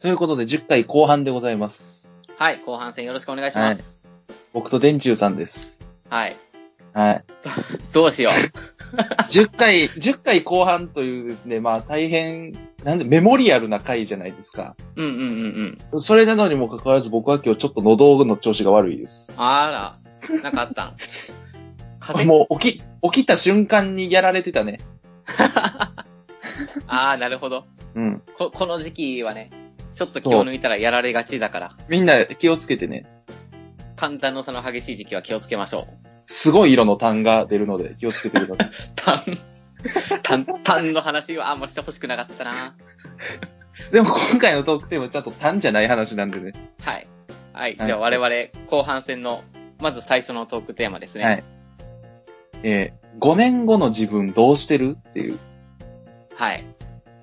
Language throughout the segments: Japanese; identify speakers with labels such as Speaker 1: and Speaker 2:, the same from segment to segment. Speaker 1: ということで、10回後半でございます。
Speaker 2: はい、後半戦よろしくお願いします。
Speaker 1: 僕と電柱さんです。
Speaker 2: はい。
Speaker 1: はい。
Speaker 2: どうしよう。
Speaker 1: 10回、10回 後半というですね、まあ大変、なんで、メモリアルな回じゃないですか。
Speaker 2: うんうんうんうん。
Speaker 1: それなのにもかかわらず僕は今日ちょっと喉の調子が悪いです。
Speaker 2: あら、なんかあ ったん風邪
Speaker 1: もう起き、起きた瞬間にやられてたね。
Speaker 2: ああ、なるほど
Speaker 1: うん。
Speaker 2: こ。この時期はね、ちょっと気を抜いたらやられがちだから、
Speaker 1: みんな気をつけてね。
Speaker 2: 簡単のその激しい時期は気をつけましょう。
Speaker 1: すごい色の痰が出るので気をつけてく ださい。
Speaker 2: たん、たん、たんの話はあんましてほしくなかったな。
Speaker 1: でも今回のトークテーマちゃんと痰じゃない話なんでね。
Speaker 2: はい。はい。
Speaker 1: はい
Speaker 2: じゃあ我々、後半戦の、まず最初のトークテーマですね。
Speaker 1: はいえー、5年後の自分どうしてるっていう。
Speaker 2: はい。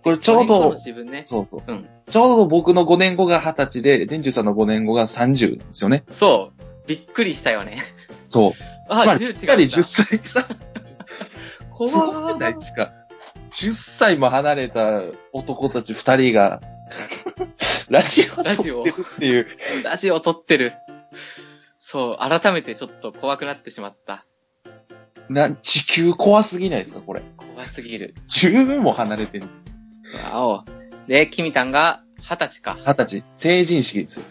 Speaker 1: これちょう
Speaker 2: これ今の
Speaker 1: ど、
Speaker 2: 自分ね。
Speaker 1: そうそう。
Speaker 2: うん
Speaker 1: ちょうど僕の5年後が20歳で、電柱さんの5年後が30なんですよね。
Speaker 2: そう。びっくりしたよね。
Speaker 1: そう。
Speaker 2: あ
Speaker 1: つま
Speaker 2: あ、
Speaker 1: り
Speaker 2: 10違う
Speaker 1: しっかり10
Speaker 2: 歳。
Speaker 1: 歳 差、すご
Speaker 2: 怖
Speaker 1: く
Speaker 2: い
Speaker 1: ないですか ?10 歳も離れた男たち2人 が、ラジオ
Speaker 2: ラジ
Speaker 1: 撮っ
Speaker 2: オ
Speaker 1: てるっていう。
Speaker 2: ラジオ撮ってる。そう、改めてちょっと怖くなってしまった。
Speaker 1: な、地球怖すぎないですかこれ。
Speaker 2: 怖すぎる。
Speaker 1: 十分も離れてる。
Speaker 2: わお。で、キミタンが二十歳か。
Speaker 1: 二十歳。成人式ですよ。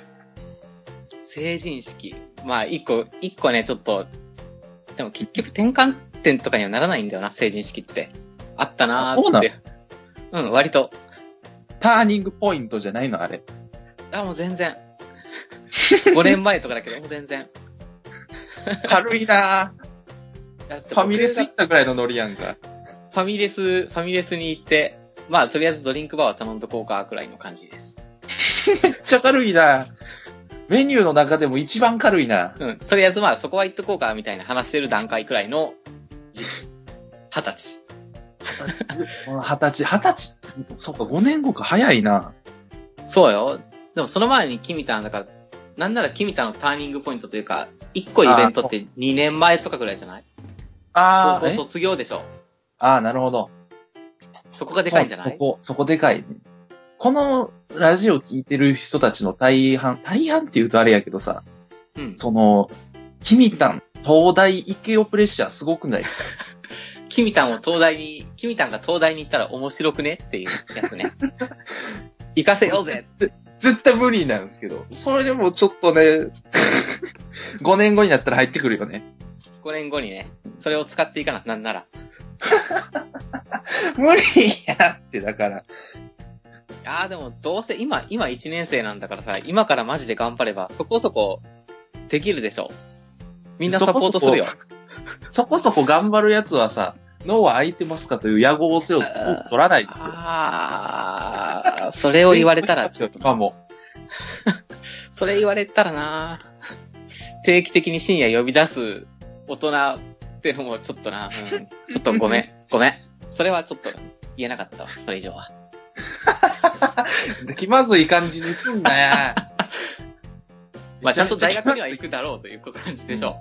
Speaker 2: 成人式。まあ、一個、一個ね、ちょっと、でも結局転換点とかにはならないんだよな、成人式って。あったな
Speaker 1: あそう
Speaker 2: ー
Speaker 1: な
Speaker 2: っ
Speaker 1: の
Speaker 2: て。うん、割と。
Speaker 1: ターニングポイントじゃないのあ れ。
Speaker 2: あ、もう 全然。5年前とかだけど、もう全然。
Speaker 1: 軽いなぁ。
Speaker 2: だって
Speaker 1: ファミレス行っ
Speaker 2: 僕が
Speaker 1: たぐらいのノリやんか。
Speaker 2: ファミレス、ファミレスに行って、まあ、とりあえずドリンクバーは頼んどこうか、くらいの感じです。
Speaker 1: めっちゃ軽いなぁ。メニューの中でも一番軽いな
Speaker 2: うん。とりあえずまあそこは行っとこうか、みたいな話してる段階くらいの時期。二十歳。
Speaker 1: ぁ。二十歳、二十歳、そうか、5年後か早いな
Speaker 2: そうよ。でもその前にキミタンだから、なんならキミタンのターニングポイントというか、一個イベントって2年前とかぐらいじゃない高
Speaker 1: あ
Speaker 2: 校卒業でしょ。
Speaker 1: ああ、なるほど。
Speaker 2: そこがでかいんじゃな
Speaker 1: そ
Speaker 2: いう
Speaker 1: そこ、そこでかいね。このラジオ聞いてる人たちの大半、大半って言うとあれやけどさ、
Speaker 2: うん。
Speaker 1: その、キミタン、東大行けよプレッシャーすごくないですか
Speaker 2: キミタンを東大に、キミタンが東大に行ったら面白くねっていうやつね。 行かせようぜ
Speaker 1: 絶対無理なんですけど、それでもちょっとね、5年後になったら入ってくるよね。
Speaker 2: !5 年後にね、それを使っていかな、なんなら。
Speaker 1: 無理やって、だから。
Speaker 2: ああ、でも、どうせ今、今1年生なんだからさ、今からマジで頑張れば、そこそこ、できるでしょ。みんなサポートするよ。
Speaker 1: そこそこ頑張るやつはさ、脳は空いてますかという野望を背負って取らないですよ。
Speaker 2: ああ、 それを言われたら、
Speaker 1: とかも。
Speaker 2: それ言われたらな定期的に深夜呼び出す大人ってのもちょっとな、うん、ちょっとごめ ん、ごめん。それはちょっと言えなかったわ、それ以上は。
Speaker 1: 気まずい感じにすんな や。
Speaker 2: まあ、ちゃんと大学には行くだろうという感じでしょう。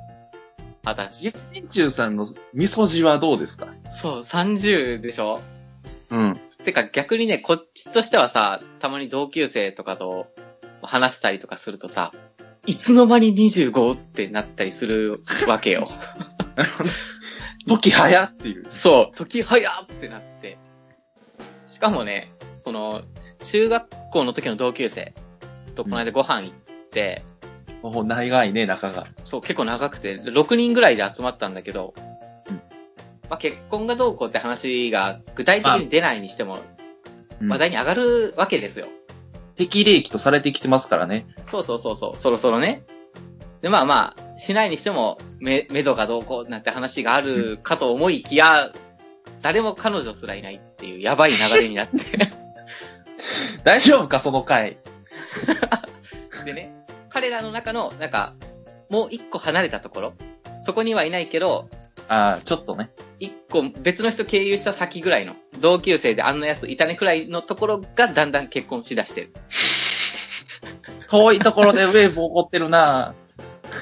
Speaker 2: あたし
Speaker 1: 月、天中さんの味噌汁はどうですか
Speaker 2: そう、30でしょ
Speaker 1: うん。
Speaker 2: てか逆にね、こっちとしてはさ、たまに同級生とかと話したりとかするとさ、いつの間に25ってなったりするわ けよ。
Speaker 1: 時早っていう。
Speaker 2: そう、時早っってなって。しかもね、その、中学校の時の同級生とこの間ご飯行って、
Speaker 1: もう長いね、中が。
Speaker 2: そう、結構長くて、6人ぐらいで集まったんだけど、
Speaker 1: うん
Speaker 2: まあ、結婚がどうこうって話が具体的に出ないにしても、
Speaker 1: うん
Speaker 2: 話題に上がるわけですよ。
Speaker 1: 適齢期とされてきてますからね。
Speaker 2: そうそうそうそう、そろそろね。で、まあまあ、しないにしても、め、めどがどうこうなんて話があるかと思いきや、誰も彼女すらいないっていうやばい流れになって。
Speaker 1: 大丈夫か、その回。
Speaker 2: でね、 彼らの中の、なんか、もう一個離れたところ、そこにはいないけど、
Speaker 1: ああ、ちょっとね。
Speaker 2: 一個別の人経由した先ぐらいの、同級生であんなやついたねくらいのところがだんだん結婚しだしてる。
Speaker 1: 遠いところでウェーブ起こってるな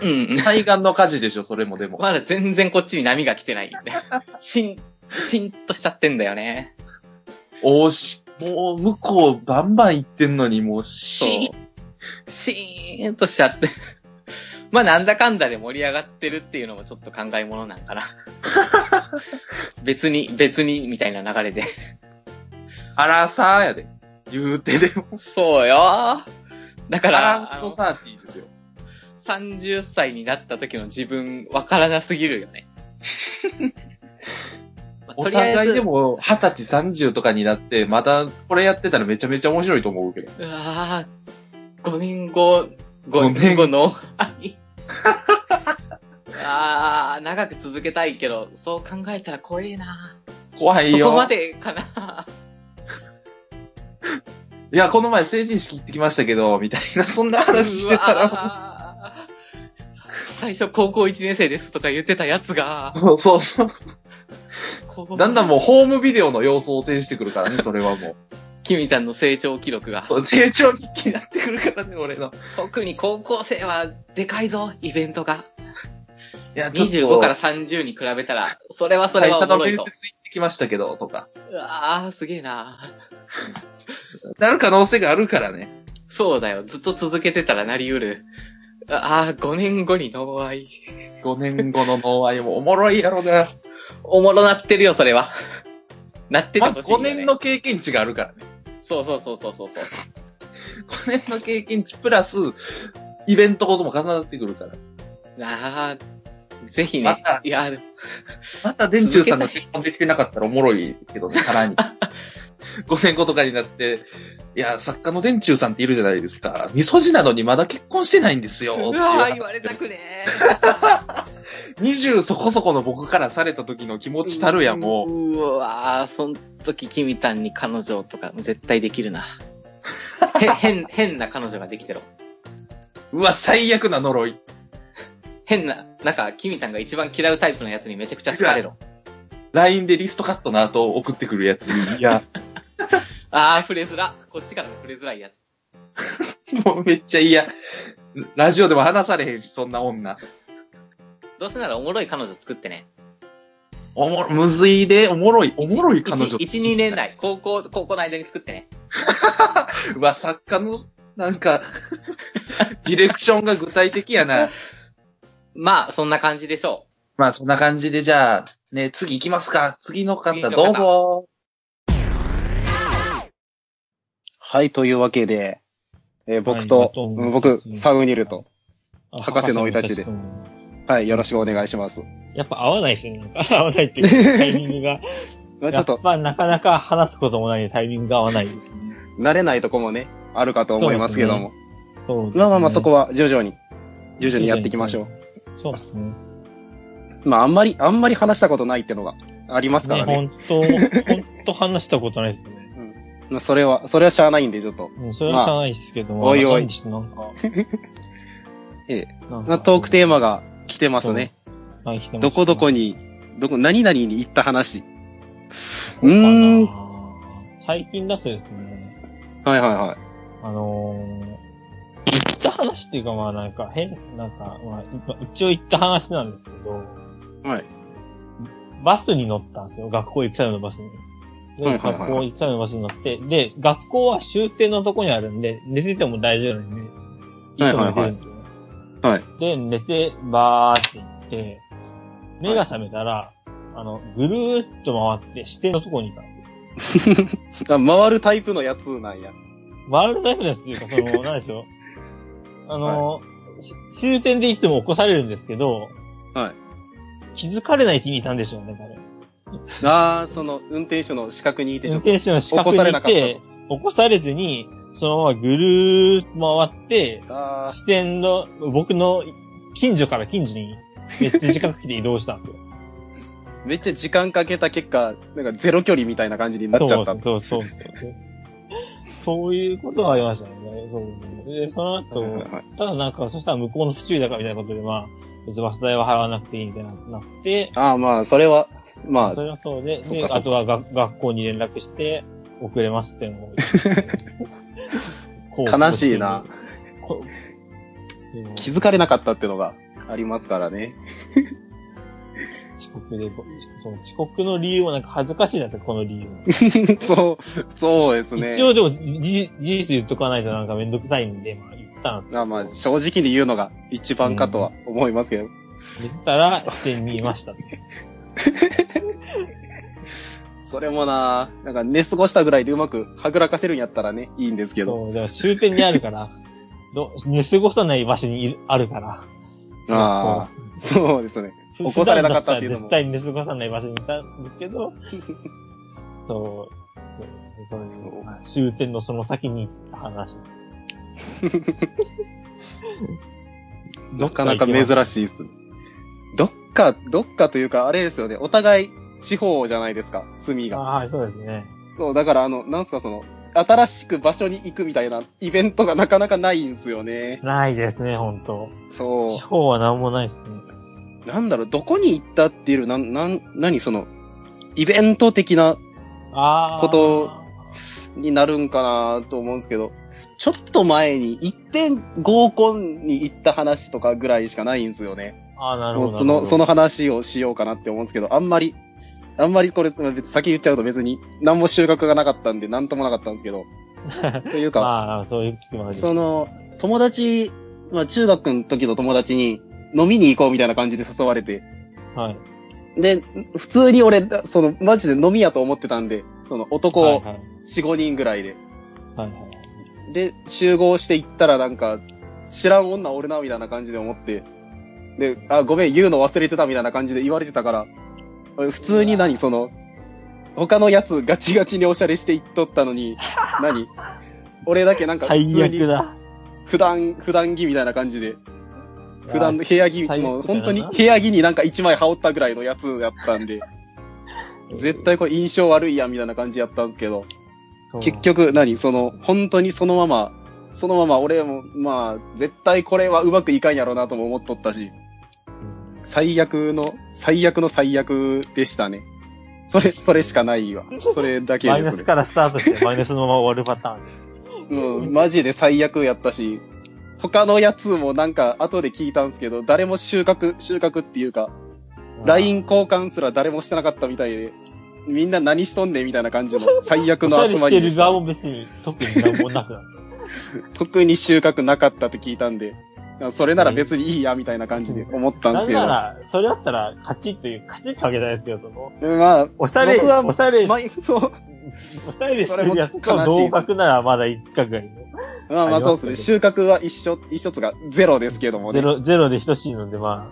Speaker 2: うんうん。
Speaker 1: 対岸の火事でしょ、それもでも。
Speaker 2: まだ全然こっちに 波が来てないんで。しん、しんとしちゃってんだよね。
Speaker 1: 大し、もう向こうバンバン行ってんのに、もう
Speaker 2: シ
Speaker 1: シ
Speaker 2: ーン、シーンとしちゃって。 まあなんだかんだで盛り上がってるっていうのもちょっと考えものなん かな。別に、別に、みたいな流れで。
Speaker 1: ーン、アラサーやで。言うてでも。
Speaker 2: そうよだ
Speaker 1: ア
Speaker 2: から、
Speaker 1: ラ
Speaker 2: あ
Speaker 1: ンと
Speaker 2: の
Speaker 1: サーティーですよ。
Speaker 2: 30歳になった時の自分、わからなすぎるよね。まあ
Speaker 1: お
Speaker 2: とりあえ
Speaker 1: 互い
Speaker 2: ず
Speaker 1: で。も、二十歳、三十とかになって、まだこれやってたらめちゃめちゃ面白いと思うけど。
Speaker 2: うわぁ、5年後、5
Speaker 1: ごめ
Speaker 2: 年
Speaker 1: ん
Speaker 2: 後の 愛。ああ、長く続けたいけど、そう考えたら怖えな。
Speaker 1: 怖い
Speaker 2: そ
Speaker 1: よ。
Speaker 2: こまでかな。
Speaker 1: いや、この前成人式行ってきましたけど、みたいな、そんな話してた
Speaker 2: う
Speaker 1: ら、
Speaker 2: わぁ最初高校1年生ですとか言ってたやつが、
Speaker 1: そうそうそう。
Speaker 2: 高校
Speaker 1: だんだんもうホームビデオの様相を呈してくるからね、それはも
Speaker 2: 君ちゃんの成長記録が。
Speaker 1: う。成長日記になってくるからね、俺の。
Speaker 2: 特に高校生はでかいぞ、イベントが。
Speaker 1: いや、
Speaker 2: 25から30に比べたら、それはそれ
Speaker 1: 会
Speaker 2: は
Speaker 1: 社
Speaker 2: おも
Speaker 1: の
Speaker 2: ろい
Speaker 1: 面接
Speaker 2: と
Speaker 1: 行っ。てきましたけど、とか。
Speaker 2: うわぁ、すげえな。
Speaker 1: なる可能性があるからね。
Speaker 2: そうだよ。ずっと続けてたらなりうる。ああ、5年後にノーアイ。
Speaker 1: 5年後の脳愛もおもろいやろ な。
Speaker 2: おもろなってるよ、それは。なって
Speaker 1: まず
Speaker 2: たとしい
Speaker 1: 5
Speaker 2: よ、ね。
Speaker 1: 年の経験値があるからね。
Speaker 2: そうそうそうそうそうそう。
Speaker 1: 5年の経験値プラス、イベントことも重なってくるから。
Speaker 2: ああ、ぜひね。
Speaker 1: また
Speaker 2: いや、
Speaker 1: また電柱さんが結婚できてなかったらおもろいけ どね、さらに。5年後とかになって、いや、作家の電柱さんっているじゃないですか。味噌汁なのにまだ結婚してないんですよ。っていうう
Speaker 2: わー言われたくね
Speaker 1: 20そこそこの僕からされた時の気持
Speaker 2: ー。
Speaker 1: ちたるや、もう。
Speaker 2: う。わーそん時、君たんに彼女とか絶対できるな。へ、 変、変な彼女ができてろ。
Speaker 1: うわ、最悪な呪い。
Speaker 2: 変な、なんか、君たんが一番嫌うタイプのやつにめちゃくちゃ好かれろ。
Speaker 1: LINE でリストカットの後送ってくるやつ。いや、
Speaker 2: ああ、触れづら。こっちからも触れづらいやつ。
Speaker 1: もうめっちゃ嫌。ラジオでも話されへんし、そんな女。
Speaker 2: どうせならおもろい彼女作ってね。
Speaker 1: おもろ、むずいで、おもろい、おもろい彼女。
Speaker 2: 1、2年来、高校、高校の間に作ってね。
Speaker 1: うわ、作家の、なんか、 ディレクションが具体的やな。
Speaker 2: まあ、そんな感じでしょ
Speaker 1: まあ、そんな感じで、じゃあ、ね、次行きますか。次の
Speaker 2: 次
Speaker 1: 方、
Speaker 2: の方
Speaker 1: どうぞ。
Speaker 3: はい、というわけで、えー僕
Speaker 4: はい
Speaker 3: と、
Speaker 4: どうも
Speaker 3: うん僕、サウニルと、
Speaker 4: あ
Speaker 3: 博士の生い立ちで。
Speaker 4: 博士の生い立ち
Speaker 3: はい、よろしくお願いします。
Speaker 4: とやっぱ合わないですよね。合わないっていうかタイミングが。
Speaker 3: まあちょっ
Speaker 4: やっ
Speaker 3: と、
Speaker 4: ぱなかなか話すこともないタイミングが合わないですね。
Speaker 3: 慣れないとこもね、あるかと思いますけども。
Speaker 4: そうですね
Speaker 3: まあまあまあ、そこは徐々に、徐々にやっていきましょ
Speaker 4: そうですね。
Speaker 3: う。まあ、あんまり、あんまり話したことないってのがありますか
Speaker 4: ね、
Speaker 3: らね。
Speaker 4: 本当本当話したことないですね。
Speaker 3: まあそれは、それはしゃあないんで、ちょっと。
Speaker 4: うん、それは知らないですけども。
Speaker 3: まあおいおい
Speaker 4: なんでしょうなんか。
Speaker 3: ええ
Speaker 4: なんか
Speaker 3: まあ、トークテーマが来てますね。
Speaker 4: はい来てます
Speaker 3: どこどこに、どこ、何々に行った話。う
Speaker 4: あ
Speaker 3: ーん。は
Speaker 4: のー最近だとですね、
Speaker 3: いはいはい。
Speaker 4: あのー、言った話っていうかまあなんか変、なんか、まあいまあ、一応言った話なんですけど、
Speaker 3: はい。
Speaker 4: バスに乗ったんですよ。学校行くためのバスに。
Speaker 3: は
Speaker 4: で、
Speaker 3: いはいはい
Speaker 4: 学校行くためのバスに乗って、で、学校は終点のとこにあるんで、寝てても大丈夫なんで、
Speaker 3: はいはいはい
Speaker 4: いつも寝てるんですよね
Speaker 3: はい。
Speaker 4: で、寝て、バーって行って、目が覚めたら、あの、ぐるーっと回って、支店のとこにいたんですよ。
Speaker 3: あ回るタイプのやつなんや。
Speaker 4: ワールドライフですっていうか、その、何でしょう。あの、し終点で行っても起こされるんですけど、
Speaker 3: はい。
Speaker 4: 気づかれない気にいたんでしょうね、彼。
Speaker 3: ああ、その、運転手の視覚にいて
Speaker 4: 運
Speaker 3: ちょっと。
Speaker 4: 転手の視覚
Speaker 3: 起こされ
Speaker 4: に
Speaker 3: ないかった
Speaker 4: て、起こされずに、そのままぐるーっと回って、
Speaker 3: あ
Speaker 4: 支店の、僕の近所から近所に、めっちゃ時間かけて移動したんですよ。
Speaker 3: あ、めっちゃ時間かけた結果、なんかゼロ距離みたいな感じ になっちゃった。
Speaker 4: そうそうそうそう。そういうことがありましたね。そう。で、その後、ただなんか、そしたら向こうの不注意だからみたいなことで、まあ、別にバス代は払わなくていいみたいな、なって、
Speaker 3: ああ、まあ、それは、ま
Speaker 4: それはそうで、
Speaker 3: そっ
Speaker 4: で、
Speaker 3: かそっか
Speaker 4: あとはが学校に連絡して、遅れますってい うのをこう
Speaker 3: 悲しいな。
Speaker 4: こ
Speaker 3: あ、気づかれなかったってのがありますからね。
Speaker 4: 遅刻で、こその遅刻の理由もなんか恥ずかしいなって、この理由。
Speaker 3: そう、そうですね。
Speaker 4: 一応でも、じじ事実言っとかないとなんかめんどくさいんで、まあ言ったん
Speaker 3: まあまあ、正直に言うのが一番かとは思いますけど。
Speaker 4: 言ったら、支店にいました。
Speaker 3: それもな、なんか寝過ごしたぐらいでうまくはぐらかせるんやったらね、いいんですけど。
Speaker 4: そう、でも終点にあるから、ど寝過ごさない場所にいるあるから。
Speaker 3: ああ、そうですね。
Speaker 4: ふ
Speaker 3: 起こされなかったっていうのも
Speaker 4: 普段だったら絶対に寝過ごさない場所にいたんです けど、そう、そう
Speaker 3: そ
Speaker 4: そううまあ終点のその先に行った話。
Speaker 3: なかなか珍しいです。どっか、どっかというか、あれですよね。お互い地方じゃないですか、住み
Speaker 4: あ
Speaker 3: が。
Speaker 4: あ、はい、そうですね。
Speaker 3: そう、だからあの、なんすかその、新しく場所に行くみたいなイベントがなかなかないんですよね。
Speaker 4: ないですね、ほんと。
Speaker 3: そ
Speaker 4: 地方はなんもないですね。
Speaker 3: う。なんだろう、どこに行ったっていう、なん、なん、何その、イベント的な、
Speaker 4: ああ。
Speaker 3: ことになるんかなと思うんですけど、ちょっと前に、一遍合コンに行った話とかぐらいしかないんですよね。
Speaker 4: ああ、なるほ
Speaker 3: もう
Speaker 4: ど。
Speaker 3: そ
Speaker 4: なるほ
Speaker 3: の、
Speaker 4: ど
Speaker 3: その、話をしようかなって思うんですけど、あんまり、あんまりこれ、別に先言っちゃうと別に何も収穫がなかったんで何ともなかったんです けど、というか、
Speaker 4: まあ、そういう聞きもある。
Speaker 3: その、友達、まあ中学の時の友達に飲みに行こうみたいな感じで誘われて、
Speaker 4: はい。
Speaker 3: で、普通に俺、その、マジで飲み屋と思ってたんで、その男
Speaker 4: はい
Speaker 3: 4、5人ぐらいで、
Speaker 4: はい。はいはい
Speaker 3: で、集合して行ったらなんか、知らん女おるな、みたいな感じで思って。で、あ、ごめん、言うの忘れてた、みたいな感じで言われてたから。俺普通に何、その、他のやつガチガチにおしゃれして行っとったのに、何俺だけなんか、普
Speaker 4: 最
Speaker 3: 通
Speaker 4: 悪
Speaker 3: に
Speaker 4: だ。
Speaker 3: 普段、普段着みたいな感じで。普段の部屋着、
Speaker 4: 最悪だ
Speaker 3: もう
Speaker 4: な
Speaker 3: 本当に部屋着になんか一枚羽織ったぐらいのやつやったん で、絶対これ印象悪いやんみたいな感じやったんですけど、
Speaker 4: そう
Speaker 3: 結、局何、その、本当にそのまま、そのまま俺も、まあ、絶対これはうまくいかんやろうなとも思っとったし、
Speaker 4: うん
Speaker 3: 最悪の、最悪の最悪でしたね。それ、それしかないわ。それだけ
Speaker 4: マ
Speaker 3: で
Speaker 4: イナ
Speaker 3: す
Speaker 4: ス
Speaker 3: ね。
Speaker 4: からスタートして、マイナスのまま終わるパターン です。
Speaker 3: うん、マジで最悪やったし、他のやつもなんか後で聞いたんですけど、誰も収穫、収穫っていうか、LINE 交換すら誰もしてなかったみたいで、みんな何しとんねんみたいな感じ の最悪の
Speaker 4: の
Speaker 3: 集
Speaker 4: 集
Speaker 3: ま
Speaker 4: ま
Speaker 3: り
Speaker 4: り
Speaker 3: で
Speaker 4: で
Speaker 3: し
Speaker 4: したてる側も別に特に何もなくなった。
Speaker 3: 特に収穫なかったって聞いたんで、それなら別にいいや、みたいな感じで思ったんです
Speaker 4: なん
Speaker 3: けど。
Speaker 4: なら、それだったら、勝ちという、勝ちってわけじゃないですけど、その、
Speaker 3: まあ、
Speaker 4: おしゃれ、
Speaker 3: 僕は
Speaker 4: おしゃれ、
Speaker 3: まあ、そう。
Speaker 4: おしゃれしてるやつと同格ならまだ一角がいいの。
Speaker 3: まあまあそうです
Speaker 4: あり
Speaker 3: ね。
Speaker 4: ます
Speaker 3: 収穫は一緒、一緒つがゼロですけども
Speaker 4: ゼ
Speaker 3: ね。
Speaker 4: ロ、ゼロで等しいので、ま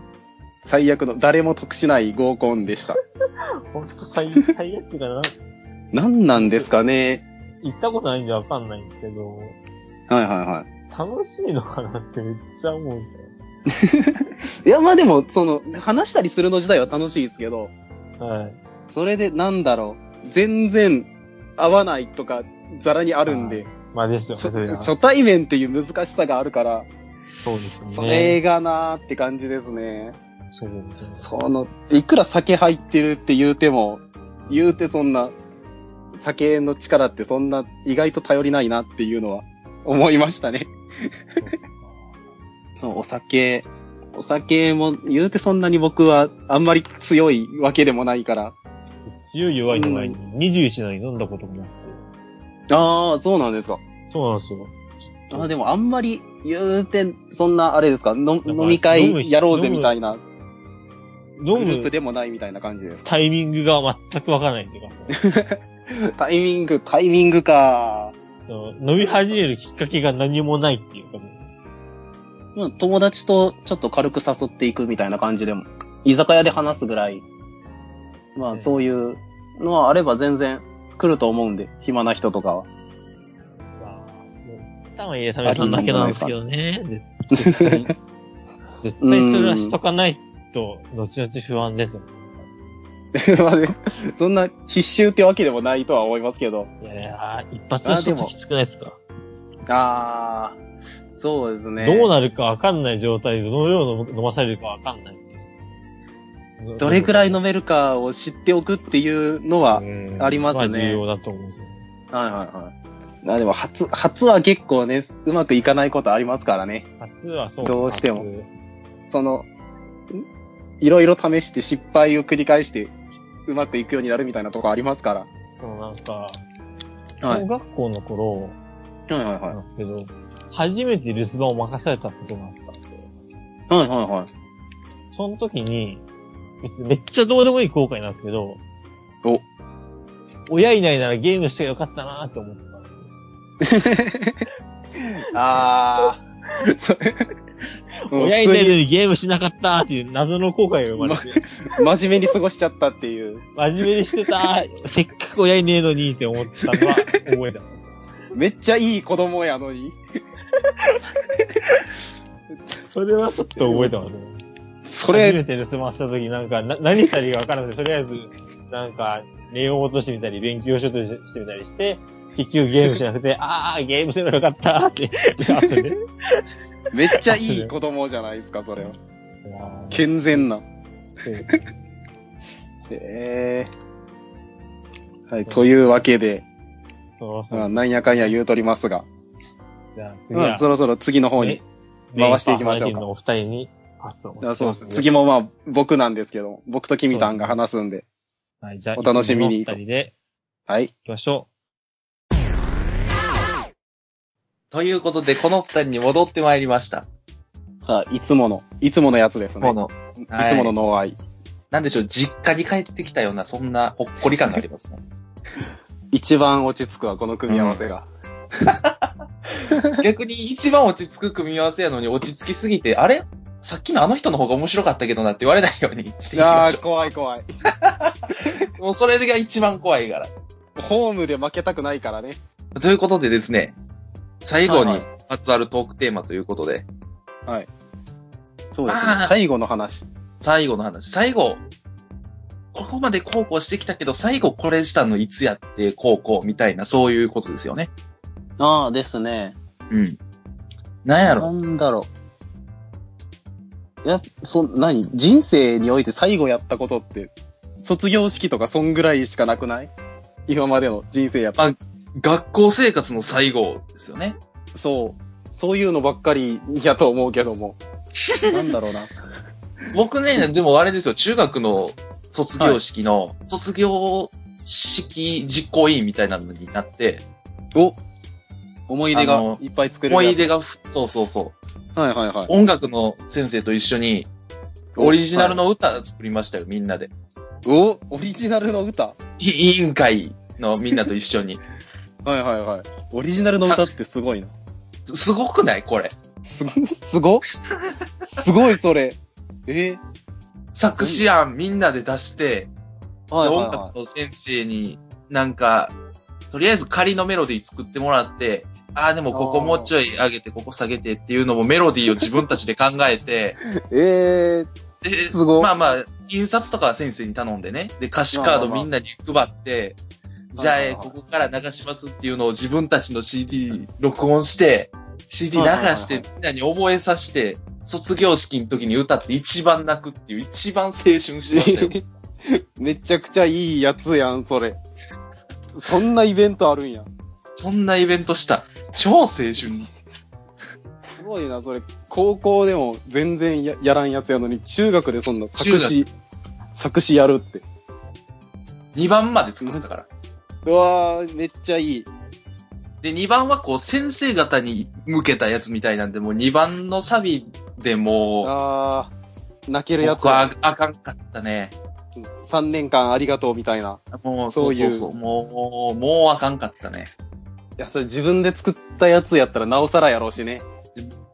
Speaker 3: 最悪の、誰も得しない合コンでした。
Speaker 4: あ、ほんと最、最悪がな、
Speaker 3: 何なんですかね。
Speaker 4: 行ったことないんでわかんないんですけど、
Speaker 3: はいはいはい。
Speaker 4: 楽しいのかなってめっちゃ思うんです
Speaker 3: いやまあでも、その、話したりするの自体は楽しいですけど、
Speaker 4: よ。はい。
Speaker 3: それでなんだろう。全然合わないとか、ざらにあるんで、
Speaker 4: まあです
Speaker 3: 初
Speaker 4: よね、それが
Speaker 3: 初対面っていう難しさがあるから、
Speaker 4: そうです
Speaker 3: そ
Speaker 4: よね。
Speaker 3: れがなーって感じですね。
Speaker 4: そうです
Speaker 3: その、いくら酒入ってるって言うても、言うてそんな、酒の力ってそんな意外と頼りないなっていうのは思いましたね。
Speaker 4: ね。
Speaker 3: そう、お酒、お酒も言うてそんなに僕はあんまり強いわけでもないから。
Speaker 4: 強い弱いの前に、21なのに飲んだこともなくて。
Speaker 3: ああ、そうなんですか。
Speaker 4: そうなんですよ。
Speaker 3: あーでもあんまり言うて、そんなあれですか、の
Speaker 4: ら
Speaker 3: 飲み会やろうぜみたいな、グ
Speaker 4: 飲
Speaker 3: ループ
Speaker 4: む
Speaker 3: でもないみたいな感じですか。
Speaker 4: タイミングが全くわからないって いうか、
Speaker 3: タイミング、タイミングか。
Speaker 4: その飲み始めるきっかけが何もないっていうか、
Speaker 3: まあ友達とちょっと軽く誘っていくみたいな感じでも、居酒屋で話すぐらい、ま
Speaker 4: う
Speaker 3: あ
Speaker 4: ん
Speaker 3: そういうのはあれば全然来ると思うんで、暇な人とかは。
Speaker 4: まあ、もう、たまに冷めさんだけなんですけどね。絶対に。絶 対それはしとかないと、後々不安ですよ。
Speaker 3: まあねそんな必修ってわけでもないとは思いますけど。
Speaker 4: いやいや、一発はちょっときつくないですか、
Speaker 3: ああ、そうですね
Speaker 4: どうなるかわかんない状態で、どのように飲まされるかわかんない。
Speaker 3: どれくらい飲
Speaker 4: む
Speaker 3: めるかを知っておくっていうのは、ありますね
Speaker 4: 重要だと思うんですよね。
Speaker 3: はいはいはい。あでも初、初は結構ね、うまくいかないことありますからね。
Speaker 4: 初はそう
Speaker 3: どうしても
Speaker 4: 初
Speaker 3: その、んいろいろ試して失敗を繰り返して、うまくいくようになるみたいなとこありますから。
Speaker 4: そのなんか、
Speaker 3: は
Speaker 4: 小
Speaker 3: い
Speaker 4: 学校の頃
Speaker 3: はいはい
Speaker 4: なん
Speaker 3: は
Speaker 4: ですけど、初めて留守番を任されたことがあったんですよ。
Speaker 3: い。はいはいはい。
Speaker 4: その時に、めっちゃどうでもいい後悔なんですけど、
Speaker 3: お
Speaker 4: 親いないならゲームしてよかったなーって思ったんですよ。
Speaker 2: ああ、
Speaker 3: それもう
Speaker 4: 親い
Speaker 3: 普
Speaker 4: ない
Speaker 3: 通
Speaker 4: の
Speaker 3: に
Speaker 4: にゲームしなかったーっていう謎の後悔が生まれて、
Speaker 3: 真面目に過ごしちゃったっていう。
Speaker 4: 真面目にしてたー、せっかく親いねえのにーって思ったのは覚えた。
Speaker 3: めっちゃいい子供やのに。
Speaker 4: それはちょっと覚えてますね。
Speaker 3: そ
Speaker 4: 初
Speaker 3: れ、
Speaker 4: めて留守番した時なんか、な、何したらいいかわからなくて、とりあえず、なんか、寝ようとしてみたり、勉強しようとしてみたりして、結局ゲームしな くて、あー、ゲームすればよかったーって、あとね。
Speaker 3: めっちゃいい子供じゃないですか、それは。
Speaker 4: いやー
Speaker 3: 健全な。
Speaker 4: そう
Speaker 3: ええはい、というわけで、
Speaker 4: そうそう
Speaker 3: まあなんやかんや言うとりますが、
Speaker 4: じゃあ次
Speaker 3: ま
Speaker 4: は
Speaker 3: あ、そろそろ次の方に。
Speaker 4: メイン
Speaker 3: 回していきましょうか
Speaker 4: パーソナリティのお二人にパスを。
Speaker 3: あそうです。次もまあ、僕なんですけど、僕と君たんが話すんで。
Speaker 4: はい、じゃあ、
Speaker 3: お楽しみに
Speaker 4: いつものお二人で
Speaker 3: はい。
Speaker 4: 行きましょ
Speaker 1: ということで、この二人に戻ってまいりました。
Speaker 3: さあ、いつもの、いつものやつですね。
Speaker 1: の、
Speaker 3: い
Speaker 1: はい
Speaker 3: つものノーアイ。
Speaker 1: なんでしょう、実家に帰ってきたような、そんなほっこり感がありますね。
Speaker 3: 一番落ち着くわ、この組み合わせが。
Speaker 1: 逆に一番落ち着く組み合わせやのに落ち着きすぎて、あれさっきのあの人の方が面白かったけどなって言われないように していきま
Speaker 3: あ
Speaker 1: し
Speaker 3: あ、怖い怖い。
Speaker 1: ょう。もうそれが一番怖いから。
Speaker 3: ホームで負けたくないからね。
Speaker 1: ということでですね、最後
Speaker 3: は
Speaker 1: に
Speaker 3: いは
Speaker 1: まつわるトークテーマということで、
Speaker 3: そう
Speaker 1: ですね
Speaker 3: 最後の話。
Speaker 1: 最後の話、最後、ここまでこうこうしてきたけど、最後これしたのいつやって、こうこうみたいな、そういうことですよね。
Speaker 3: ああ、ですね。
Speaker 1: うん。なんやろ。
Speaker 3: んだろう。いや、そ、何人生において最後やったことって、卒業式とかそんぐらいしかなくない今までの人生やった。
Speaker 1: 学校生活の最後ですよね。
Speaker 3: そう。そういうのばっかりやと思うけども。 なんだろうな。
Speaker 1: 僕ね、でもあれですよ、中学の卒業式の、卒業式実行委員みたいなのになって、
Speaker 3: お思い出
Speaker 1: あ
Speaker 3: が
Speaker 1: の
Speaker 3: いっぱい作れる。
Speaker 1: 思い。出がふ、そうそうそう、
Speaker 3: はいはいはい。
Speaker 1: 音楽の先生と一緒に、オリジナルの歌作りましたよ、みんなで。
Speaker 3: おオリジナルの歌
Speaker 1: い委員会のみんなと一緒に。
Speaker 3: はいはいはい。オリジナルの歌ってすごいな。
Speaker 1: すごくないこれ。
Speaker 3: すご、すごすごいそれ。え
Speaker 1: 作詞案みんなで出して、
Speaker 3: ー、はいはい
Speaker 1: 音
Speaker 3: は
Speaker 1: 楽の先生になんか、とりあえず仮のメロディー作ってもらって、ああ、でもここもうちょい上げて、ここ下げてっていうのもメロディーを自分たちで考えて、
Speaker 3: い。えー、
Speaker 1: です
Speaker 3: ごい
Speaker 1: まあまあ、印刷とかは先生に頼んでね、で、歌詞カードみんなに配って、じゃあ、
Speaker 3: はい
Speaker 1: え
Speaker 3: はい
Speaker 1: ー
Speaker 3: はい
Speaker 1: ここから流しますっていうのを自分たちの CD 録音して、CD 流してみんなに覚えさせて、卒業式の時に歌って一番泣くっていう、一番青春しましたよ。
Speaker 3: めちゃくちゃいいやつやん、それ。そんなイベントあるんや。
Speaker 1: そんなイベントした。超青春。
Speaker 3: すごいな、それ。高校でも全然ややらんやつやのに、中学でそんな作詞、作詞やるって。
Speaker 1: 2番まで作ったから。
Speaker 3: うわー、めっちゃいい。
Speaker 1: で、2番はこう、先生方に向けたやつみたいなんで、もう2番のサビでも
Speaker 3: あー、泣け
Speaker 1: う、
Speaker 3: るやつ
Speaker 1: 僕
Speaker 3: や
Speaker 1: は。あかんかったね。
Speaker 3: 3年間ありがとうみたいな。
Speaker 1: もう、そ
Speaker 3: そうう
Speaker 1: そ
Speaker 3: いうう
Speaker 1: そう。もう、もうあかんかったね。
Speaker 3: いや、それ自分で作ったやつやったらなおさらやろうしね。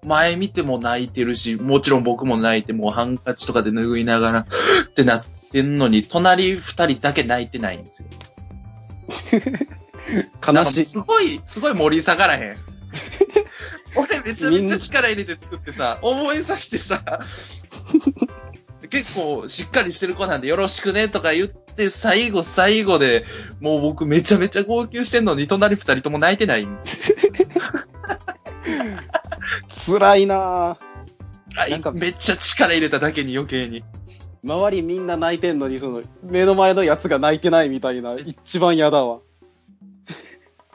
Speaker 1: 前見ても泣いてるし、もちろん僕も泣いて、もうハンカチとかで拭いながら、 ってなってんのに、隣二人だけ泣いてないんですよ。
Speaker 3: 悲しい。
Speaker 1: すごい、すごい盛り下がら へん。俺めちゃめちゃ力入れて作ってさ、思いさしてさ、 結構しっかりしてる子なんでよろしくねとか言って、最後最後で、もう僕めちゃめちゃ号泣してんのに、隣二人とも泣いてないんで
Speaker 3: 辛いなぁ。なんか
Speaker 1: めっちゃ力入れただけに余計に。
Speaker 3: 周りみんな泣いてんのに、その、目の前のやつが泣いてないみたいな、一番嫌だわ。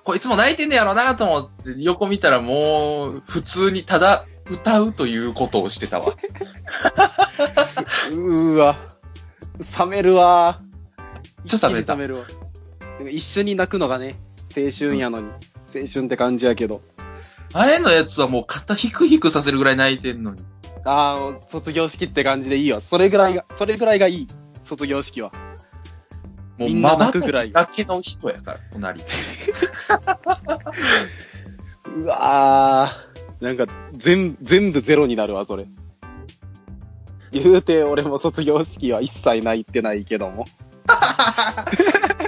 Speaker 1: こいつも泣いてんねやろなと思って、横見たらもう、普通にただ、歌うということをしてた わ。
Speaker 3: うーわ。冷めるわ。
Speaker 1: ちょっと冷めた
Speaker 3: 一気にるわ。なんか一緒に泣くのがね、青春やのに。青春って感じやけど。
Speaker 1: あれのやつはもう肩ヒクヒクさせるぐらい泣いてんのに。
Speaker 3: ああ、卒業式って感じでいいわ。それぐらいが、それぐらいがいい。卒業式は。
Speaker 1: もう
Speaker 3: みんな
Speaker 1: まば
Speaker 3: 泣
Speaker 1: た
Speaker 3: くぐらい
Speaker 1: きだけの人やから、隣。
Speaker 3: うわーなんか、全、全部ゼロになるわ、それ。言うて、俺も卒業式は一切泣いてないけども。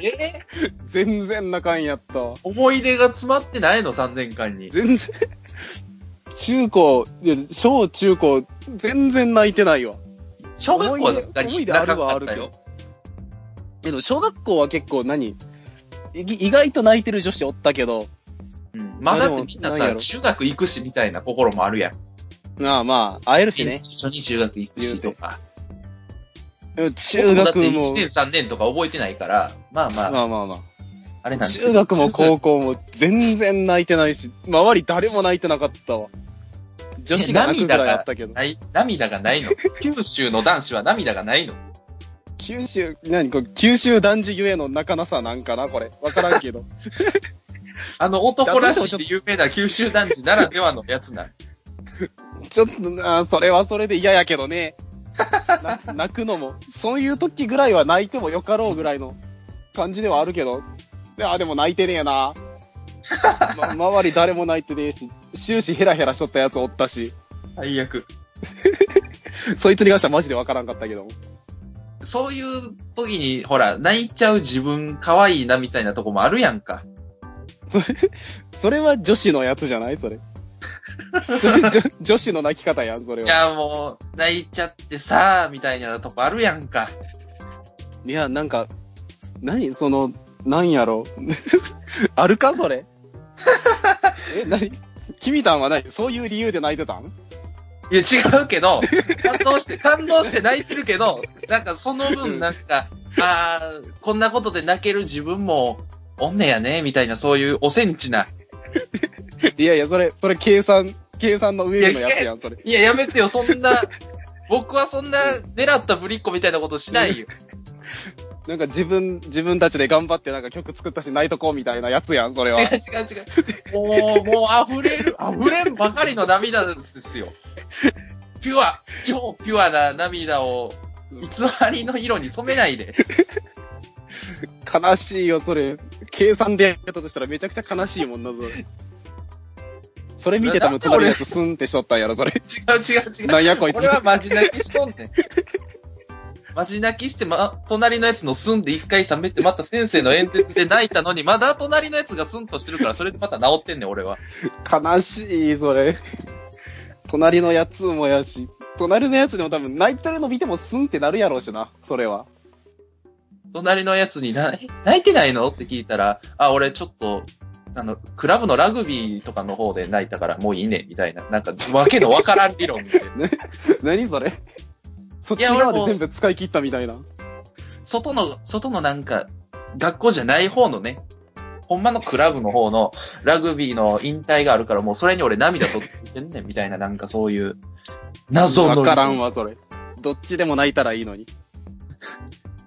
Speaker 1: え
Speaker 3: 全然泣かんやったわ。
Speaker 1: 思い出が詰まってないの、3年間に。
Speaker 3: 全然、中高、いや小中高、全然泣いてないわ。
Speaker 1: 小学校はさすが
Speaker 3: 思い
Speaker 1: に
Speaker 3: 出思
Speaker 1: ないか
Speaker 3: 出あるは
Speaker 1: っ
Speaker 3: ある
Speaker 1: た
Speaker 3: け
Speaker 1: よ
Speaker 3: ど。けど、小学校は結構何い意外と泣いてる女子おったけど、
Speaker 1: うんまあだってみんな
Speaker 3: でもないや
Speaker 1: さ、
Speaker 3: ろ
Speaker 1: 中学行くしみたいな心もあるやん。
Speaker 3: まあまあ、会えるしね。
Speaker 1: 一緒に中学行くしとか。
Speaker 3: でも中学
Speaker 1: 僕だ
Speaker 3: も
Speaker 1: っ、て1年3年とか覚えてないから、まあまあ、
Speaker 3: まあまあま
Speaker 1: あれな
Speaker 3: あ、
Speaker 1: んですけ
Speaker 3: 中
Speaker 1: ど
Speaker 3: 学も高校も全然泣いてないし、周り誰も泣いてなかったわ。女子が泣くぐらいあったけど。
Speaker 1: ない涙が ないの。九州の男子は涙がないの。
Speaker 3: 九州、何これ、九州男児ゆえの泣かなさなんかなこれ。わからんけど。
Speaker 1: あの男らしいって有名な九州男児ならではのやつなん。
Speaker 3: ちょっとな、それはそれで嫌やけどね。 な泣くのも、そういう時ぐらいは泣いてもよかろうぐらいの感じではあるけど、いや、でも泣いてねえな。 ま周り誰も泣いてねえし、終始ヘラヘラしとったやつおったし、
Speaker 1: 最悪。
Speaker 3: そいつに関してはマジでわからんかったけども。
Speaker 1: そういう時に、ほら、泣いちゃう自分可愛いなみたいなとこもあるやんか。
Speaker 3: それは女子のやつじゃないそれ。 それ女女子の泣き方やん、それ
Speaker 1: い
Speaker 3: は。
Speaker 1: や、もう、泣いちゃってさみたいなとこあるやんか。
Speaker 3: いや、なんか、何その、なんやろ。 あるか それ。え、何君たんは何そういう理由で泣いてたん
Speaker 1: いや、違うけ ど、感動して、感動して泣いてるけど、なんかその分、なんか、ああ、こんなことで泣ける自分も、おんねやね、みたいな、そういうおセンチな。
Speaker 3: いやいや、それ、それ計算、計算の上のやつやん、それ。
Speaker 1: いや、やめてよ、そんな、 僕はそんな狙ったぶりっ子みたいなことしないよ。
Speaker 3: なんか自分、自分たちで頑張ってなんか曲作ったし泣いとこうみたいなやつやん、それ は
Speaker 1: 違う。違う違う。もう、もう溢れる、 溢れんばかりの涙ですよ。ピュア、超ピュアな涙を、偽りの色に染めないで。
Speaker 3: 悲しいよ、それ。計算でやったとしたらめちゃくちゃ悲しいもんな、それ。それ見てたも
Speaker 1: なんんで俺
Speaker 3: 隣のやつスンってしとったんやろ、それ。
Speaker 1: 違う違う違う。
Speaker 3: なんやこいつ
Speaker 1: 俺。はマジ泣きしとんねん。マジ泣きして、ま、隣のやつのスンで一回冷めて、また先生の演説で泣いたのに、まだ隣のやつがスンとしてるから、それでまた治ってんねん、俺は。
Speaker 3: 悲しい、それ。隣のやつもやし、隣のやつでも多分泣いてるの見てもスンってなるやろうしな、それは。
Speaker 1: 隣のやつにな、 泣いてないのって聞いたら、あ、俺ちょっと、あの、クラブのラグビーとかの方で泣いたから、もういいね、みたいな。なんか、わけのわからん理 論みたいな。
Speaker 3: 何それそっち
Speaker 1: いや
Speaker 3: 側
Speaker 1: 俺
Speaker 3: で
Speaker 1: も
Speaker 3: 全部使い切ったみたいな。
Speaker 1: 外の、外のなんか、学校じゃない方のね、ほんまのクラブの方のラグビーの引退があるから、もうそれに俺涙取ってんねん、みたいな、なんかそういう、謎の。
Speaker 3: わからんわ、それ。どっちでも泣いたらいいのに。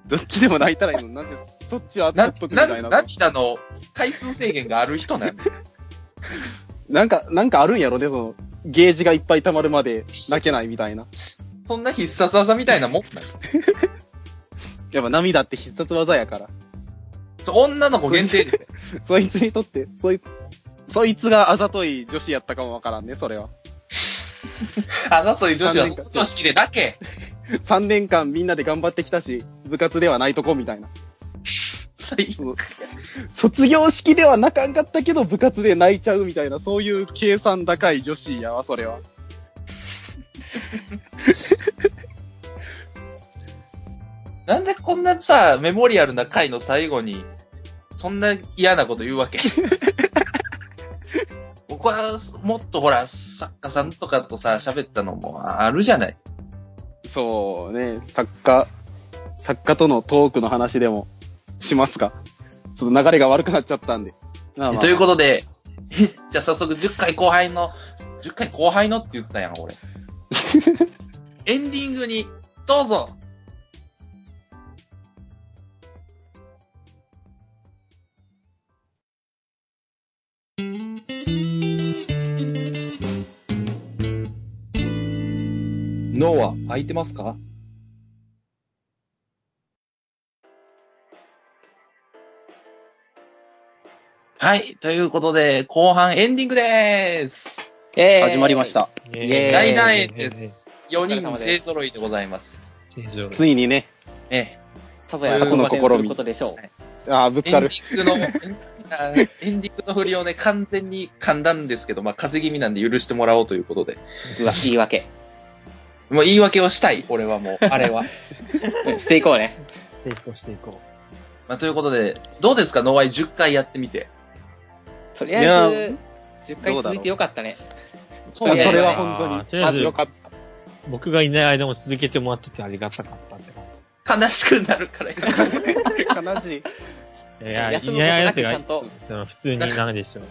Speaker 3: どっちでも泣いたらいいのに。なんで、そっちは
Speaker 1: な
Speaker 3: っとくみ
Speaker 1: な
Speaker 3: たいな。な
Speaker 1: 涙の回数制限がある人なんで。
Speaker 3: んか、なんかあるんやろね、その、ゲージがいっぱい溜まるまで泣けないみたいな。
Speaker 1: そんな必殺技みたいなもんなん
Speaker 3: やっぱ涙って必殺技やから。
Speaker 1: そう女の子限定で。
Speaker 3: そいつにとって、そいつ、そいつがあざとい女子やったかもわからんね、それは。
Speaker 1: あざとい女子は卒業式でだけ。
Speaker 3: 3年間みんなで頑張ってきたし、部活ではないとこみたいな。
Speaker 1: 最
Speaker 3: その卒業式ではなかんかったけど、部活で泣いちゃうみたいな、そういう計算高い女子やわ、それは。
Speaker 1: なんでこんなさ、メモリアルな回の最後に、そんな嫌なこと言う わけ僕は、もっとほら、作家さんとかとさ、喋ったのもあるじゃない。
Speaker 3: そうね、作家、作家とのトークの話でもしますか。ちょっ と流れが悪くなっちゃったんで。まあまあ
Speaker 1: ということで、じゃあ早速10回後輩の10回後輩のって言ったやん、 俺。エンディングに、どうぞ脳は空いてますかはい。ということで、後半エンディングでーす。
Speaker 2: えー
Speaker 3: 始まりまし。た。
Speaker 4: イ
Speaker 2: えー
Speaker 1: 大団円です。4
Speaker 2: お疲れ様
Speaker 1: 人
Speaker 2: です
Speaker 1: 勢揃いでございます。
Speaker 4: イエーイ。
Speaker 3: ついにね、
Speaker 1: え
Speaker 2: さぞや
Speaker 1: 初
Speaker 3: の試み
Speaker 2: 挑戦することでしょう。
Speaker 3: ああ、ぶ
Speaker 1: え、
Speaker 3: つ
Speaker 1: エ
Speaker 3: か
Speaker 1: ンデ
Speaker 3: る。
Speaker 1: ィングの、 あエンディングの振りをね、完全に噛んだんですけど、まあ、風邪気味なんで許してもらおうということで。
Speaker 2: うわ、言い訳。
Speaker 1: もう言い訳をしたい、俺はもう、 あれは。
Speaker 2: うんしていこうね。
Speaker 4: していこう、していこう。
Speaker 1: まあ、ということで、どうですか、ノワイ10回やってみて。
Speaker 2: とりあえず、10回
Speaker 3: どうだろう
Speaker 2: 続いてよかったね。
Speaker 3: い
Speaker 1: そ
Speaker 3: や
Speaker 1: うね
Speaker 3: それは本
Speaker 4: あーと
Speaker 3: 当
Speaker 4: り
Speaker 3: に。
Speaker 4: あえ
Speaker 3: あ
Speaker 4: ず
Speaker 3: よかった。
Speaker 4: 僕がいない間も続けてもらっててありがたかったって感
Speaker 1: 悲しくなるから。
Speaker 3: 悲しい。
Speaker 4: じ。いや、いない
Speaker 2: 休むことな
Speaker 4: 間
Speaker 2: くちゃん
Speaker 4: が、
Speaker 2: と。
Speaker 4: その普通になんでしょう。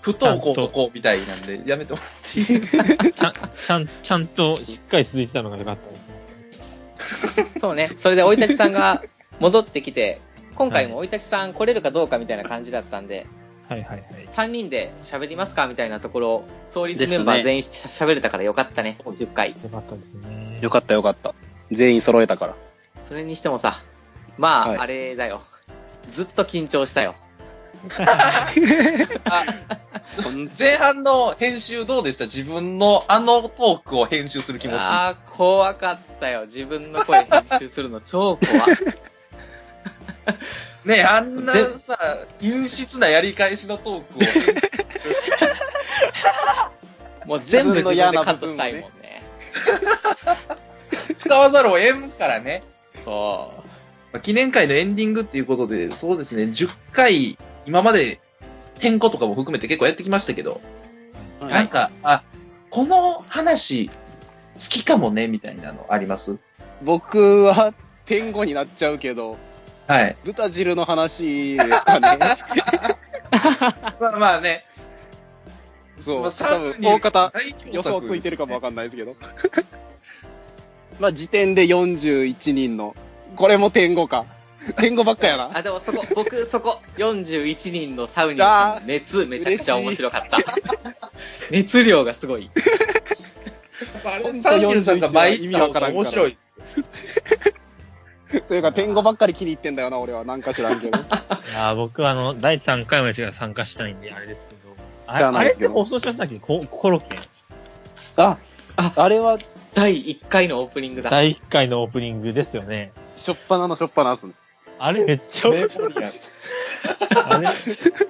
Speaker 1: 不登校とこうみたいなんで、やめてもらっていいです か
Speaker 4: ちゃん、ちゃん、ちゃんとしっかり続いてたのが良かったですね。
Speaker 2: そうね。それで、おいたちさんが 戻ってきて、今回もおいたちさん来れるかどうかみたいな感じだったんで、
Speaker 4: はいはいはい。
Speaker 2: 3人で喋りますかみたいなところを、創立メンバー全員喋れたからよかったね。10回。
Speaker 4: 良かったですね。
Speaker 3: よかったよかった。全員揃えたから。
Speaker 2: それにしてもさ、まあ、
Speaker 3: はい
Speaker 2: あれだよ。ずっと緊張した よ。
Speaker 1: 前半の編集どうでした自分のあのトークを編集する気持ち。
Speaker 2: ああ、怖かったよ。自分の声編集するの超怖い。
Speaker 1: ねえあんな
Speaker 2: で
Speaker 1: さ、陰湿なやり返しのトークを。
Speaker 2: もう全部自分
Speaker 3: 自分の
Speaker 2: で
Speaker 3: 嫌な
Speaker 2: カットしたいもん ね。
Speaker 1: 使わざるを得んからね。
Speaker 2: そう。
Speaker 1: まあ記念会のエンディングっていうことで、そうですね、10回、今まで、点呼とかも含めて結構やってきましたけど、なんか、あ、この話、好きかもね、みたいなのあります
Speaker 3: 僕は、天狗になっちゃうけど、
Speaker 1: はい。
Speaker 3: 豚汁の話ですか ね。
Speaker 1: まあまあね。
Speaker 3: そう
Speaker 1: まあ
Speaker 3: 多分
Speaker 1: 3人
Speaker 3: 大方
Speaker 1: 大共作
Speaker 3: 予想ついてるかもわ
Speaker 1: で
Speaker 3: かんないですけど。 まあ、時点で41人の、これも天狗か。天狗ばっかやな。
Speaker 2: あ、でもそこ、僕そこ、41人のサウニーさんの熱めちゃくちゃ面白かった。熱量がすごい。
Speaker 1: すね。まああれ、サンキューさんが毎日面白い。
Speaker 3: というか、天狗ばっかり気に入ってんだよな、俺は。なんか知らんけど。
Speaker 4: いやー僕はあの、第3回までしか参加したいんで、あれですけど。あ
Speaker 3: し
Speaker 4: れ
Speaker 3: ゃあ
Speaker 4: あ
Speaker 3: ない
Speaker 4: れ
Speaker 3: で
Speaker 4: っ
Speaker 3: すけ
Speaker 4: て
Speaker 3: ど
Speaker 4: 放送しましたっけココロッケン。
Speaker 3: あ、
Speaker 2: あ
Speaker 3: あれは、
Speaker 2: 第1回のオープニングだ。
Speaker 4: 第1回のオープニングですよね。
Speaker 3: しょっぱなのしょっぱなっすね。
Speaker 4: あれめっちゃ面白い。あれ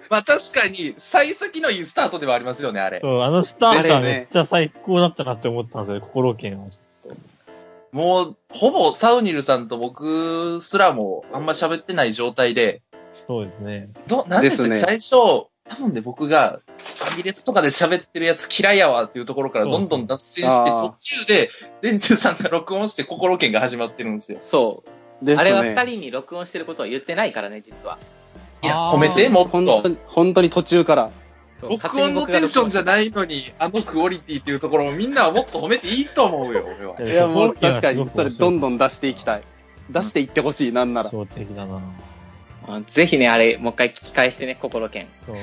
Speaker 1: まあ確かに、幸先のいいスタートではありますよね、あれ。
Speaker 4: そう、あのスター
Speaker 3: です
Speaker 4: が
Speaker 3: よね
Speaker 4: めっちゃ最高だったなって思ったんですよ、コロッケンは。
Speaker 1: もう、ほぼサウニルさんと僕すらもあんま喋ってない状態で、
Speaker 4: そうですね。
Speaker 1: ど、なんでしたっけ
Speaker 3: です
Speaker 1: 最初、多分ね、僕が、ファミレスとかで喋ってるやつ嫌いやわっていうところからどんどん脱線して、
Speaker 3: うん
Speaker 1: 途中で、電柱さんが録音して心剣が始まってるんですよ。
Speaker 2: そう。
Speaker 3: ですね。
Speaker 2: あれは2人に録音してることは言ってないからね、実は。
Speaker 1: いや、
Speaker 4: あー
Speaker 1: 褒めて、もっ
Speaker 3: 本
Speaker 1: と
Speaker 3: 当。に、本当に途中から。
Speaker 2: そう
Speaker 1: 録音のテンションじゃないのに、あのクオリティっていうところをみんなはもっと褒めていいと思うよ、俺は。
Speaker 3: いや、も
Speaker 4: コロ
Speaker 3: う
Speaker 4: ッケンは
Speaker 3: 確か
Speaker 4: すご
Speaker 3: に、
Speaker 4: く
Speaker 3: それどん
Speaker 4: 面
Speaker 3: どん出していきたい。出していってほしい、なんなら。
Speaker 4: 白い印象的だな
Speaker 2: うんぜひね、あれ、もう一回聞き返してね、心剣。
Speaker 4: そう。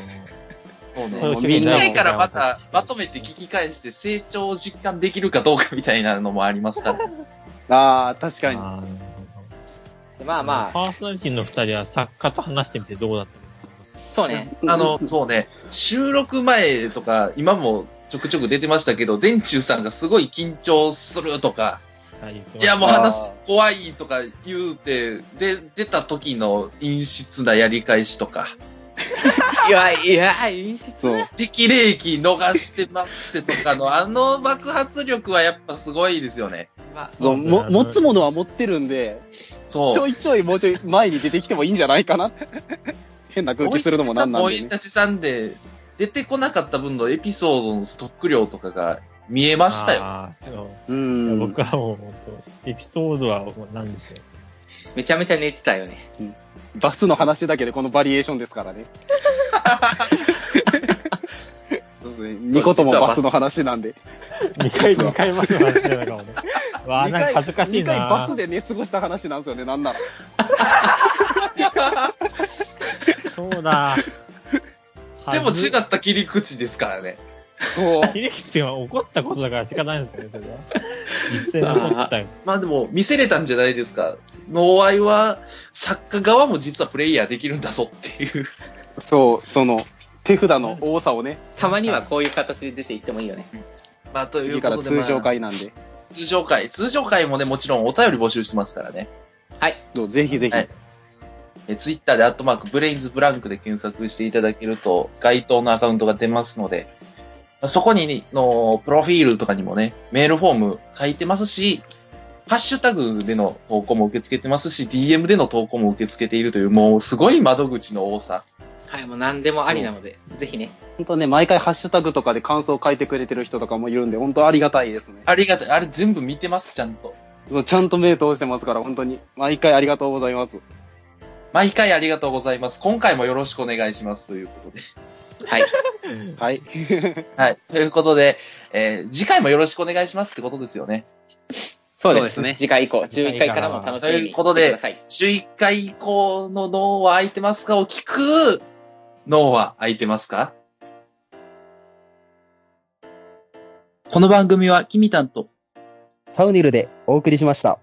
Speaker 1: そうね。
Speaker 4: そう
Speaker 1: もう
Speaker 3: みんなも
Speaker 1: 一回からまた、まとめて聞き返して成長を実感できるかどうかみたいなのもありますから。
Speaker 3: ああ、確かに。
Speaker 4: あー
Speaker 2: まあま
Speaker 4: パ
Speaker 2: あ、
Speaker 4: ーソナリティの2人は作家と話してみてどうだったの
Speaker 2: そうね。
Speaker 1: あの、そうね、収録前とか、今もちょくちょく出てましたけど、電柱さんがすごい緊張するとか、
Speaker 4: はい言ってま
Speaker 1: い
Speaker 4: した
Speaker 1: やもう話す怖いとか言うて、で、出た時の陰湿なやり返しとか、
Speaker 2: いや、いや、いい
Speaker 3: そう。
Speaker 1: 適齢期逃してますってとか の、あの爆発力はやっぱすごいですよね。
Speaker 2: まあ
Speaker 3: そうも持つものは持ってるんで、
Speaker 1: そう。
Speaker 3: ちょいちょいもうちょい前に出てきてもいいんじゃないかな。変な空気するのもなんなん
Speaker 1: お
Speaker 3: で、
Speaker 1: い
Speaker 3: ね。
Speaker 1: たちさんで、出てこなかった分のエピソードのストック量とかが見えましたよ。
Speaker 4: あーそう
Speaker 3: う
Speaker 4: いや
Speaker 3: ん。
Speaker 4: 僕はもう本当、エピソードはもう何でしょう。
Speaker 2: めちゃめちゃ寝てたよね。
Speaker 3: バスの話だけでこのバリエーションですからね。そうですね。2ことも罰の話なんで。
Speaker 4: 二回、二回バスの話じゃないかもね。わあ、
Speaker 3: 二
Speaker 4: なんか
Speaker 3: 回
Speaker 4: 恥ずかしい
Speaker 3: 二回バ
Speaker 4: な
Speaker 3: ス。で寝過ごした話なんですよね、なんなら。
Speaker 4: そうだ。
Speaker 1: でも
Speaker 4: 恥ず
Speaker 1: 違った切り口ですからね。
Speaker 3: そう。
Speaker 4: 秀樹君は怒ったことだから仕方ないんですよね、それは。一斉に怒ったよ。
Speaker 1: まあでも、見せれたんじゃないですか。ノーアイは、作家側も実はプレイヤーできるんだぞっていう。
Speaker 3: そう、その、手札の多さをね、
Speaker 2: たまにはこういう形で出ていってもいいよね。
Speaker 1: まあとい
Speaker 3: 次
Speaker 1: う
Speaker 3: か
Speaker 1: こ
Speaker 3: ら
Speaker 1: とで、
Speaker 3: 通常
Speaker 1: ま
Speaker 3: 会なんで、
Speaker 1: あ通常会。通常会もね、もちろんお便り募集してますからね。
Speaker 3: どうぜひぜひ。
Speaker 1: はいえ、ツイッターでアットマーク、ブレインズブランクで検索していただけると、該当のアカウントが出ますので、まあそこにの、プロフィールとかにもね、メールフォーム書いてますし、ハッシュタグでの投稿も受け付けてますし、DM での投稿も受け付けているという、もうすごい窓口の多さ。
Speaker 2: はい、もう何でもありなので、ぜひね。
Speaker 3: 本当ね、毎回ハッシュタグとかで感想を書いてくれてる人とかもいるんで、本当ありがたいですね。
Speaker 1: ありがたい。あれ全部見てます、ちゃんと。
Speaker 3: そう、ちゃんと目通してますから、本当に。毎回ありがとうございます。
Speaker 1: 毎回ありがとうございます。今回もよろしくお願いします。ということで。
Speaker 2: はい。
Speaker 3: はい。
Speaker 1: はい。ということで、えー次回もよろしくお願いしますってことですよね。
Speaker 2: そう
Speaker 3: です
Speaker 2: ね。次回以降、11回からも楽しみにしてください。
Speaker 1: 11回以降の脳は空いてますかを聞く、脳は空いてますかこの番組は、キミタンと、
Speaker 5: サウニルでお送りしました。